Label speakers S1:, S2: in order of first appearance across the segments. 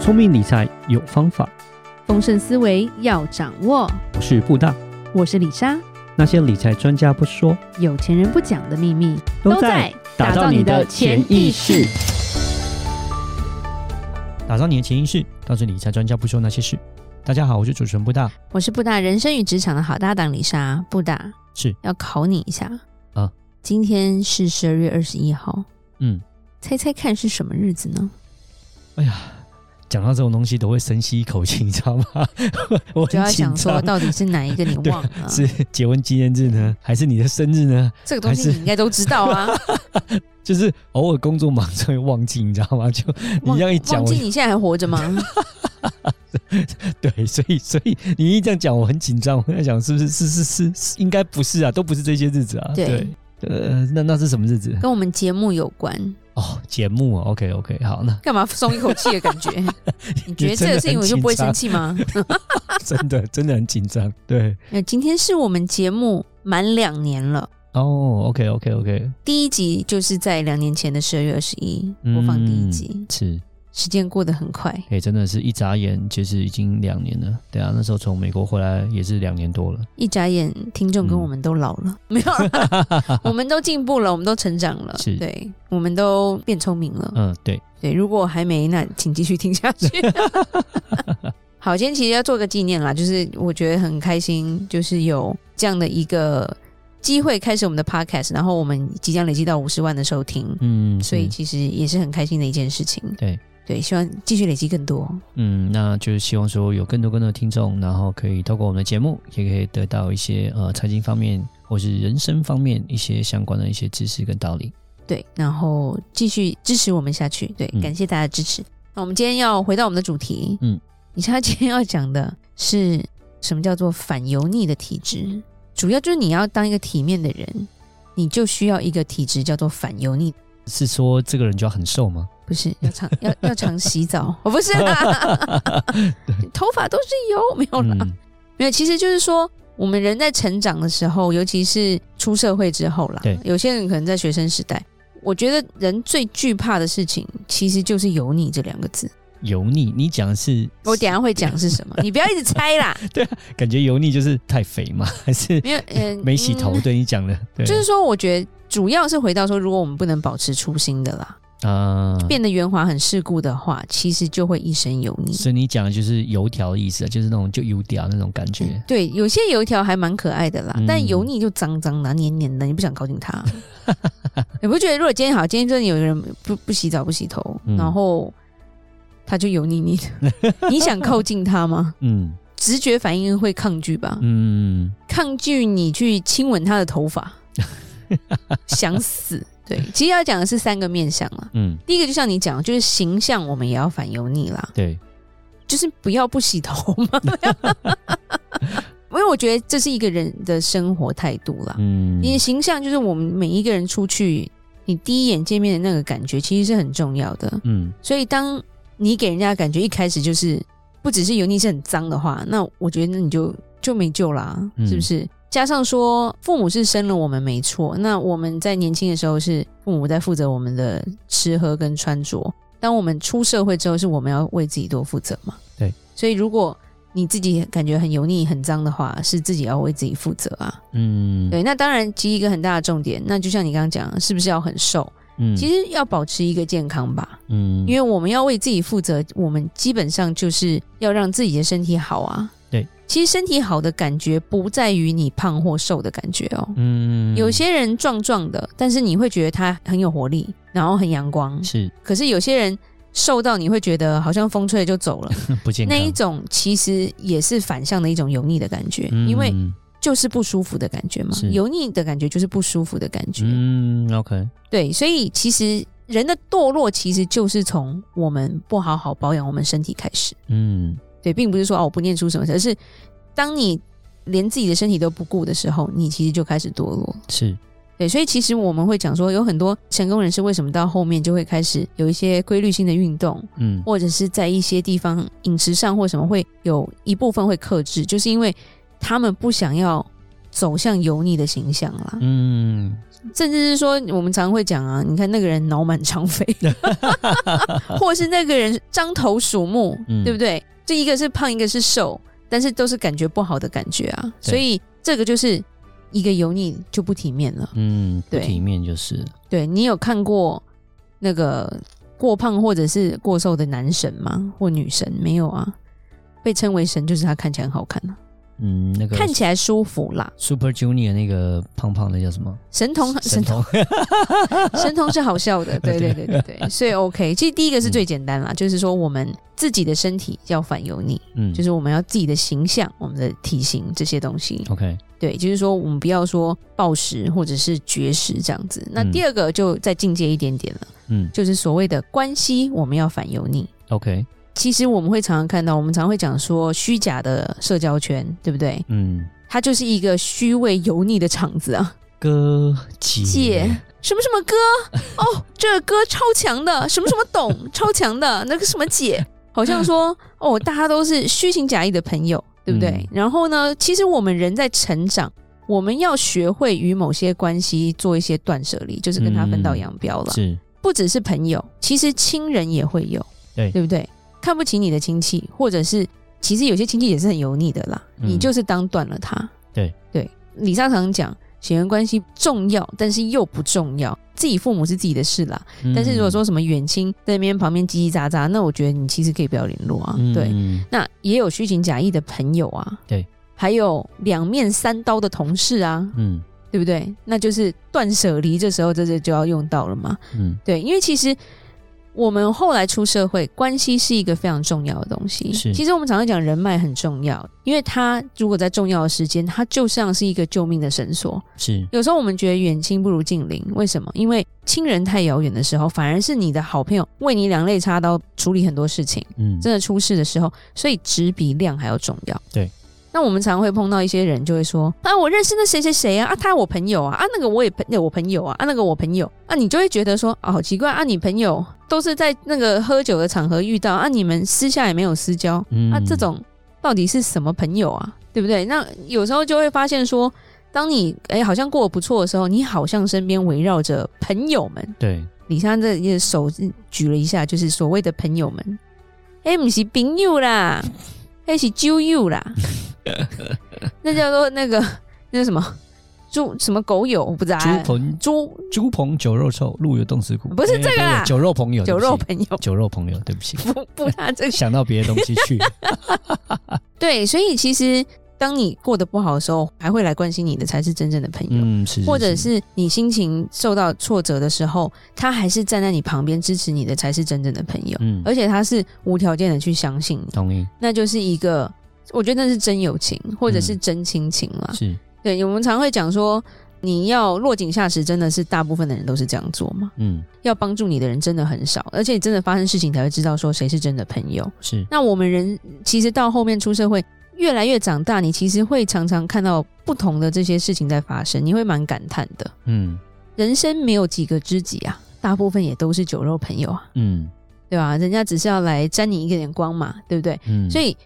S1: 聪明理财有方法，
S2: 丰盛思维要掌握。
S1: 我是布大。
S2: 我是李莎，
S1: 那些理财专家不说，
S2: 有钱人不讲的秘密
S1: 打造你的潜意识。，打造你的潜意识，告诉理财专家不说那些事。大家好，我是主持人布大。
S2: 我是布大人生与职场的好搭档李莎。布大
S1: 是
S2: 要考你一下
S1: 啊！
S2: 今天是十二月二十一号，
S1: 嗯，
S2: 猜猜看是什么日子呢？
S1: 讲到这种东西都会深吸一口气，你知 道吗？我
S2: 就要
S1: 很紧
S2: 想说
S1: 张。
S2: 到底是哪一个你忘了？
S1: 是结婚纪念日呢，还是你的生日呢？
S2: 这个东
S1: 还
S2: 西
S1: 是
S2: 你应该都知道 啊，
S1: 就是偶尔工作忙就会忘记，你知道吗？就你
S2: 忘
S1: 这样一讲，
S2: 忘
S1: 我
S2: 记你现在还活 着吗？
S1: 对，所以所以你一这样讲，我很紧张。我在想，是不是是是是是，应该不是啊，都不是这些日子啊。
S2: 对
S1: 呃，那那是什么日子？
S2: 跟我们节目有关，
S1: 哦，节目啊。OK OK，好， 那
S2: 干嘛松一口气的 感觉？你觉得这个事情我就不会生气吗？
S1: 真的真的很紧张。对，
S2: 那今天是我们节目满两年了，
S1: 哦，OK OK OK，
S2: 第一集就是在两年前的十二月二十一
S1: 嗯
S2: 播放第一集，
S1: 是，
S2: 时间过得很快。
S1: 哎、真的是一眨眼，其实已经两年了。对啊，那时候从美国回来也是两年多了。
S2: 一眨眼，听众跟
S1: 嗯
S2: 我们都老 了，没有啦，我们都进步了，我们都成长了，
S1: 是
S2: 对，我们都变聪明了，
S1: 嗯，对，
S2: 对。如果还没，那请继续听 下去。好，今天其实要做个纪念啦，就是我觉得很开心，就是有这样的一个机会开始我们的 podcast，然后我们即将累积到五十万的收听，
S1: 嗯，
S2: 所以
S1: 是
S2: 其实也是很开心的一件事情。
S1: 对。
S2: 对，希望继续累积更多。
S1: 嗯，那就是希望说有更多更多的听众，然后可以透过我们的节目，也可以得到一些呃财经方面或是人生方面一些相关的一些知识跟道理。
S2: 对，然后继续支持我们下去。对，
S1: 嗯
S2: 感谢大家的支持。那我们今天要回到我们的主题，
S1: 嗯，
S2: 你知道今天要讲的是什么叫做反油腻的体
S1: 嗯
S2: 质？主要就是你要当一个体面的人，你就需要一个体质叫做反油腻，
S1: 是说这个人就要很瘦吗？
S2: 不是要常要要常洗澡， 我不是啦， 头发都是油，没有啦，
S1: 嗯
S2: 没有，其实就是说，我们人在成长的时候，尤其是出社会之后啦，
S1: 对
S2: 有些人可能在学生时代，我觉得人最惧怕的事情，其实就是“油腻”这两个字。
S1: 油腻，你讲的是
S2: 我等一下会讲 是什么，你不要一直猜啦。
S1: 感觉油腻就是太肥吗？ 还是
S2: 没有，嗯、
S1: 没洗头？
S2: 嗯
S1: 对你讲的，对，
S2: 就是说，我觉得主要是回到说，如果我们不能保持初心的啦，
S1: 啊，
S2: 变得圆滑很世故的话，其实就会一身油腻。
S1: 所以你讲的就是油条的意思，啊就是那种就油条那种感觉。
S2: 对，有些油条还蛮可爱的啦，
S1: 嗯
S2: 但油腻就脏脏的、啊黏黏的，你不想靠近 它。你不觉得如果今天好，今天真的有一个人不不洗澡、不洗头，
S1: 嗯
S2: 然后他就油腻腻 的，你想靠近他吗？
S1: 嗯
S2: 直觉反应会抗拒吧，
S1: 嗯，
S2: 抗拒你去亲吻他的 头发，想死。对，其实要讲的是三个面相啦。
S1: 嗯，
S2: 第一个就像你讲的，就是形象，我们也要反油腻啦。
S1: 对，
S2: 就是不要不洗头嘛， 因为我觉得这是一个人的生活态度啦。
S1: 嗯，
S2: 你的形象就是我们每一个人出去，你第一眼见面的那个感觉，其实是很重要的。
S1: 嗯
S2: 所以，当你给人家的感觉一开始就是不只是油腻是很脏的话，那我觉得那你就就没救啦，
S1: 嗯
S2: 是不是？加上说，父母是生了我们没错，那我们在年轻的时候是父母在负责我们的吃喝跟穿着，当我们出社会之后，是我们要为自己多负责嘛？
S1: 对，
S2: 所以如果你自己感觉很油腻、很脏的话，是自己要为自己负责啊。
S1: 嗯，
S2: 对，那当然，其实一个很大的重点，那就像你刚刚讲的，是不是要很瘦？
S1: 嗯，
S2: 其实要保持一个健康吧，
S1: 嗯，
S2: 因为我们要为自己负责，我们基本上就是要让自己的身体好啊。
S1: 对，
S2: 其实身体好的感觉不在于你胖或瘦的感觉哦。
S1: 嗯
S2: 有些人壮壮的，但是你会觉得他很有活力，然后很阳光；
S1: 是
S2: 可是有些人瘦到你会觉得好像风吹了就走了，
S1: 不健
S2: 那
S1: 康
S2: 一种其实也是反向的一种油腻的感觉，因为就是不舒服的感觉嘛
S1: 嗯是。
S2: 油腻的感觉就是不舒服的感觉。
S1: 嗯嗯 OK
S2: 对，所以其实人的堕落其实就是从我们不好好保养我们身体开始。
S1: 嗯
S2: 对，并不是说哦我不念书什么，而是当你连自己的身体都不顾的时候，你其实就开始堕落。
S1: 是
S2: 对，所以其实我们会讲说，有很多成功人士为什么到后面就会开始有一些规律性的运动，
S1: 嗯
S2: 或者是在一些地方饮食上或什么会有一部分会克制，就是因为他们不想要走向油腻的形象啦。
S1: 嗯，
S2: 甚至是说，我们常会讲啊，你看那个人脑满肠肥，或是那个人獐头鼠目，
S1: 嗯
S2: 对不对？这一个是胖，一个是瘦，但是都是感觉不好的感觉啊。
S1: 对
S2: 所以这个就是一个油腻就不体面了。
S1: 嗯，不
S2: 对
S1: 体面就是了
S2: 对你有看过那个过胖或者是过瘦的男神吗？或女神没有啊？被称为神就是他看起来很好看啊、
S1: 嗯，那个
S2: 看起来舒服啦。
S1: Super Junior 那个胖胖的叫什么？
S2: 神童，神童，
S1: 童，
S2: 神童是好笑的，对对对对对，所以 OK。其实第一个
S1: 嗯
S2: 是最简单啦，就是说我们自己的身体要反油腻，
S1: 嗯，
S2: 就是我们要自己的形象、我们的体型这些东西，
S1: OK，
S2: 对，就是说我们不要说暴食或者是绝食这样子。那
S1: 嗯
S2: 第二个就再进阶一点点了，
S1: 嗯
S2: 就是所谓的关系，我们要反油腻。
S1: ，OK，
S2: 其实我们会常常看到，我们常会讲说虚假的社交圈，对不对？
S1: 嗯，
S2: 它就是一个虚伪油腻的场子啊。
S1: 哥姐，
S2: 姐什么什么哥哦，这个哥超强的，什么什么董超强的，那个什么姐，好像说哦，大家都是虚情假意的朋友，对不对？
S1: 嗯
S2: 然后呢，其实我们人在成长，我们要学会与某些关系做一些断舍离，就是跟他分道扬镳了。
S1: 是，
S2: 不只是朋友，其实亲人也会有，
S1: 对
S2: 对不对？看不起你的亲戚，或者是其实有些亲戚也是很油腻的啦，
S1: 嗯
S2: 你就是当断了他。
S1: 对
S2: 对，李莎常讲，血缘关系重要，但是又不重要。自己父母是自己的事啦，
S1: 嗯
S2: 但是如果说什么远亲在那边旁边叽叽喳喳，那我觉得你其实可以不要联络啊。
S1: 嗯
S2: 对，那也有虚情假意的朋友啊，
S1: 对，
S2: 还有两面三刀的同事啊，
S1: 嗯
S2: 对不对？那就是断舍离，这时候这就就要用到了嘛。
S1: 嗯，
S2: 对，因为其实我们后来出社会，关系是一个非常重要的东西。
S1: 是
S2: 其实我们常常讲人脉很重要，因为它如果在重要的时间，它就像是一个救命的绳索。
S1: 是，
S2: 有时候我们觉得远亲不如近邻，为什么？因为亲人太遥远的时候，反而是你的好朋友为你两肋插刀处理很多事情。
S1: 嗯，
S2: 真的出事的时候，所以值比量还要重要。
S1: 对。
S2: 那我们常会碰到一些人，就会说啊，我认识那谁谁谁啊，啊，他我朋友啊，啊，那个我也朋我朋友啊，啊，那个我朋友啊，你就会觉得说啊，好奇怪啊，你朋友都是在那个喝酒的场合遇到啊，你们私下也没有私交，
S1: 嗯
S2: 啊，这种到底是什么朋友啊？对不对？那有时候就会发现说，当你哎好像过得不错的时候，你好像身边围绕着朋友们，
S1: 对，
S2: 李莎这也手举了一下，就是所谓的朋友们，哎、不是朋友啦，哎是酒友啦，那叫做那个那叫什么猪什么狗友，我不知道啊，
S1: 猪朋
S2: 猪
S1: 猪朋酒肉臭，路有冻死骨，
S2: 不是
S1: 哎
S2: 这个啦
S1: 酒肉朋友，
S2: 酒肉
S1: 对
S2: 朋友
S1: 不起，酒肉朋友，对不起，
S2: 不不他这个
S1: 想到别的东西去，
S2: 对，所以其实当你过得不好的时候，还会来关心你的才是真正的朋 友。
S1: 嗯，是，
S2: 或者是你心情受到挫折的时候，他还是站在你旁边支持你的，才是真正的朋友，
S1: 嗯，
S2: 而且他是无条件的去相信你。
S1: 同意，
S2: 那就是一个，我觉得那是真友情或者是
S1: 嗯
S2: 真亲情啦。
S1: 是，
S2: 对，我们常会讲说，你要落井下石，真的是大部分的人都是这样做嘛。
S1: 嗯，
S2: 要帮助你的人真的很少，而且真的发生事情才会知道说谁是真的朋友。
S1: 是，
S2: 那我们人其实到后面出社会，越来越长大，你其实会常常看到不同的这些事情在发生，你会蛮感叹的。
S1: 嗯
S2: 人生没有几个知己啊，大部分也都是酒肉朋友啊，
S1: 嗯
S2: 对吧？人家只是要来沾你一点点光嘛，对不对？
S1: 嗯，
S2: 所
S1: 以
S2: 以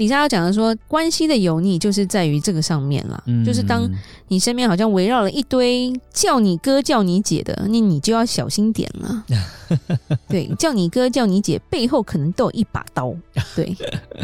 S2: 李莎要讲的说，关系的油腻就是在于这个上面啦，
S1: 嗯
S2: 就是当你身边好像围绕了一堆叫你哥叫你姐的，那你就要小心点 了。对，叫你哥叫你姐背后可能都有一把刀，对，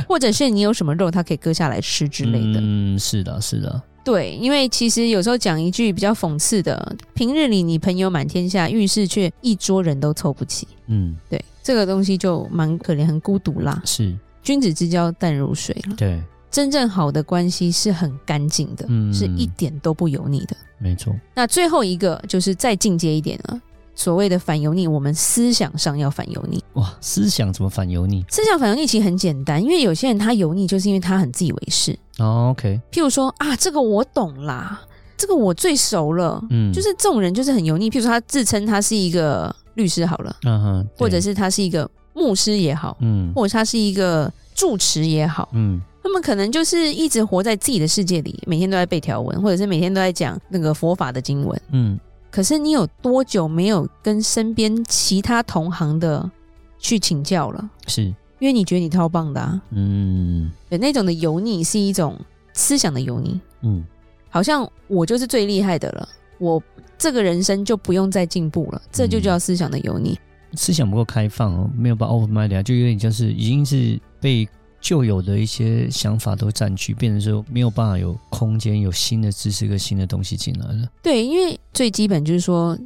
S2: 或者是你有什么肉，他可以割下来吃之类的。
S1: 嗯，是的，是的，
S2: 对，因为其实有时候讲一句比较讽刺的，平日里你朋友满天下，遇事却一桌人都凑不齐。
S1: 嗯，
S2: 对，这个东西就蛮可怜，很孤独啦。
S1: 是，
S2: 君子之交淡如水啦。
S1: 对，
S2: 真正好的关系是很干净的，
S1: 嗯
S2: 是一点都不油腻的。
S1: 没错，
S2: 那最后一个就是再进阶一点了，所谓的反油腻，我们思想上要反油腻。
S1: 哇，思想怎么反油腻
S2: 思想反油腻其实很简单，因为有些人他油腻就是因为他很自以为是，
S1: 哦？OK，
S2: 譬如说啊，这个我懂啦，这个我最熟了，
S1: 嗯，
S2: 就是这种人就是很油腻。譬如说他自称他是一个律师好了，
S1: 嗯哼，对
S2: 或者是他是一个牧师也好，
S1: 嗯
S2: 或者他是一个住持也好，
S1: 嗯
S2: 他们可能就是一直活在自己的世界里，每天都在背条文，或者是每天都在讲那个佛法的经文。
S1: 嗯
S2: 可是你有多久没有跟身边其他同行的去请教了？
S1: 是，
S2: 因为你觉得你超棒的啊，
S1: 嗯
S2: 对那种的油腻是一种思想的油腻，
S1: 嗯
S2: 好像我就是最厉害的了，我这个人生就不用再进步了，这就叫思想的油腻。
S1: 思想不够开放哦，没有把 open mind 啊，就有点像是已经是被旧有的一些想法都占据，变成说没有办法有空间，有新的知识跟新的东西进来了。
S2: 对，因为最基本就是说，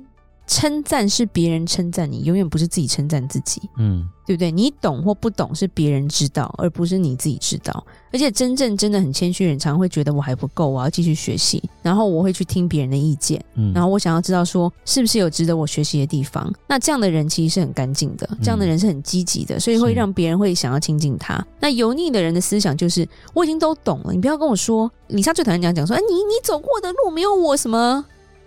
S2: 称赞是别人称赞你，永远不是自己称赞自己，
S1: 嗯，
S2: 对不对？你懂或不懂是别人知道，而不是你自己知道。而且真正真的很谦虚的人，常会觉得我还不够，我要继续学习，然后我会去听别人的意见，
S1: 嗯
S2: 然后我想要知道说是不是有值得我学习的地方。那这样的人其实是很干净的，这样的人是很积极的，所以会
S1: 嗯是
S2: 让别人会想要亲近他。那油腻的人的思想就是我已经都懂了，你不要跟我说。李莎最讨厌讲讲说，哎、你你走过的路没有我什么。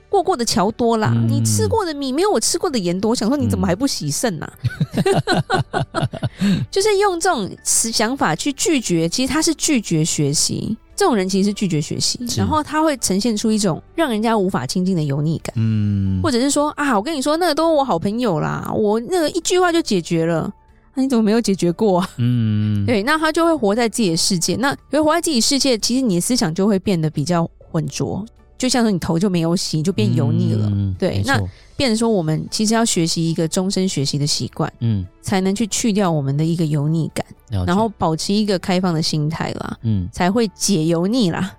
S2: 过过的桥多啦，
S1: 嗯
S2: 你吃过的米没有我吃过的盐多。想说你怎么还不洗肾啊呐、就是用这种思想法去拒绝，其实他是拒绝学习。这种人其实是拒绝学习，
S1: 是
S2: 然后他会呈现出一种让人家无法亲近的油腻感，
S1: 嗯，
S2: 或者是说啊，我跟你说，那个都是我好朋友啦，我那个一句话就解决了，那、你怎么没有解 决过啊？
S1: 嗯，
S2: 对，那他就会活在自己的世界，那因为活在自己世界，其实你的思想就会变得比较浑浊，就像说你头就没有洗，就变油腻了，
S1: 嗯
S2: 对
S1: 没错
S2: 变成说我们其实要学习一个终身学习的习惯，
S1: 嗯，
S2: 才能去去掉我们的一个油腻感，
S1: 了解
S2: 然后保持一个开放的心态啦。
S1: 嗯，
S2: 才会解油 腻啦，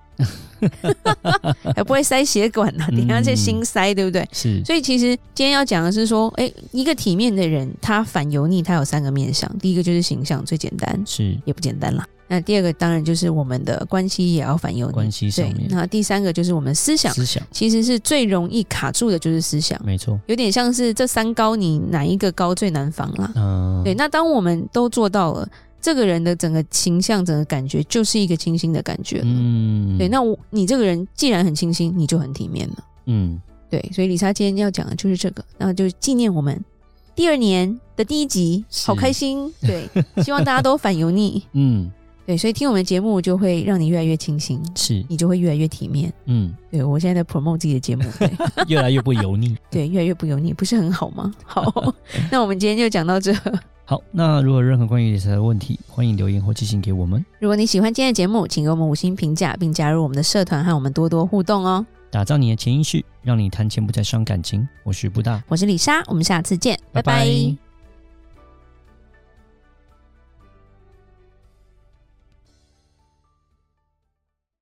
S2: 还不会塞血管啦，
S1: 嗯
S2: 等一下这心塞，对不对？
S1: 是
S2: 所以其实今天要讲的是说，哎、一个体面的人，他反油腻，他有三个面向，第一个就是形象，最简单
S1: 是
S2: 也不简单啦。那第二个当然就是我们的关系也要反油
S1: 关
S2: 腻，
S1: 系上
S2: 对。
S1: 面
S2: 那第三个就是我们思想，
S1: 思想，
S2: 其实是最容易卡住的，就是思想，
S1: 没错，
S2: 有点像是这三高，你哪一个高最难防啦？
S1: 嗯，
S2: 对，，那当我们都做到了，这个人的整个形象、整个感觉就是一个清新的感觉了。
S1: 嗯，
S2: 对，那我你这个人既然很清新，你就很体面了。
S1: 嗯，
S2: 对，所以李莎今天要讲的就是这个，那就纪念我们第二年的第一集，好
S1: 是
S2: 开心。对，希望大家都反 油腻。
S1: 嗯，
S2: 对，所以听我们的节目就会让你越来越清新，
S1: 是，
S2: 你就会越来越体面。
S1: 嗯，
S2: 对我现在在 promote 自己的节目， 对
S1: 越来越不油 腻。
S2: 对，越来越不油腻，不是很好吗？ 好，那我们今天就讲到这。
S1: 好，那如果有任何关于理财的问题，欢迎留言或寄信给我们。
S2: 如果你喜欢今天的节目，请给我们五星评价，并加入我们的社团和我们多多互动哦。
S1: 打造你的潜意识，让你谈钱不再伤感情。我是布大，
S2: 我是李莎，我们下次见，
S1: 拜拜
S2: 拜拜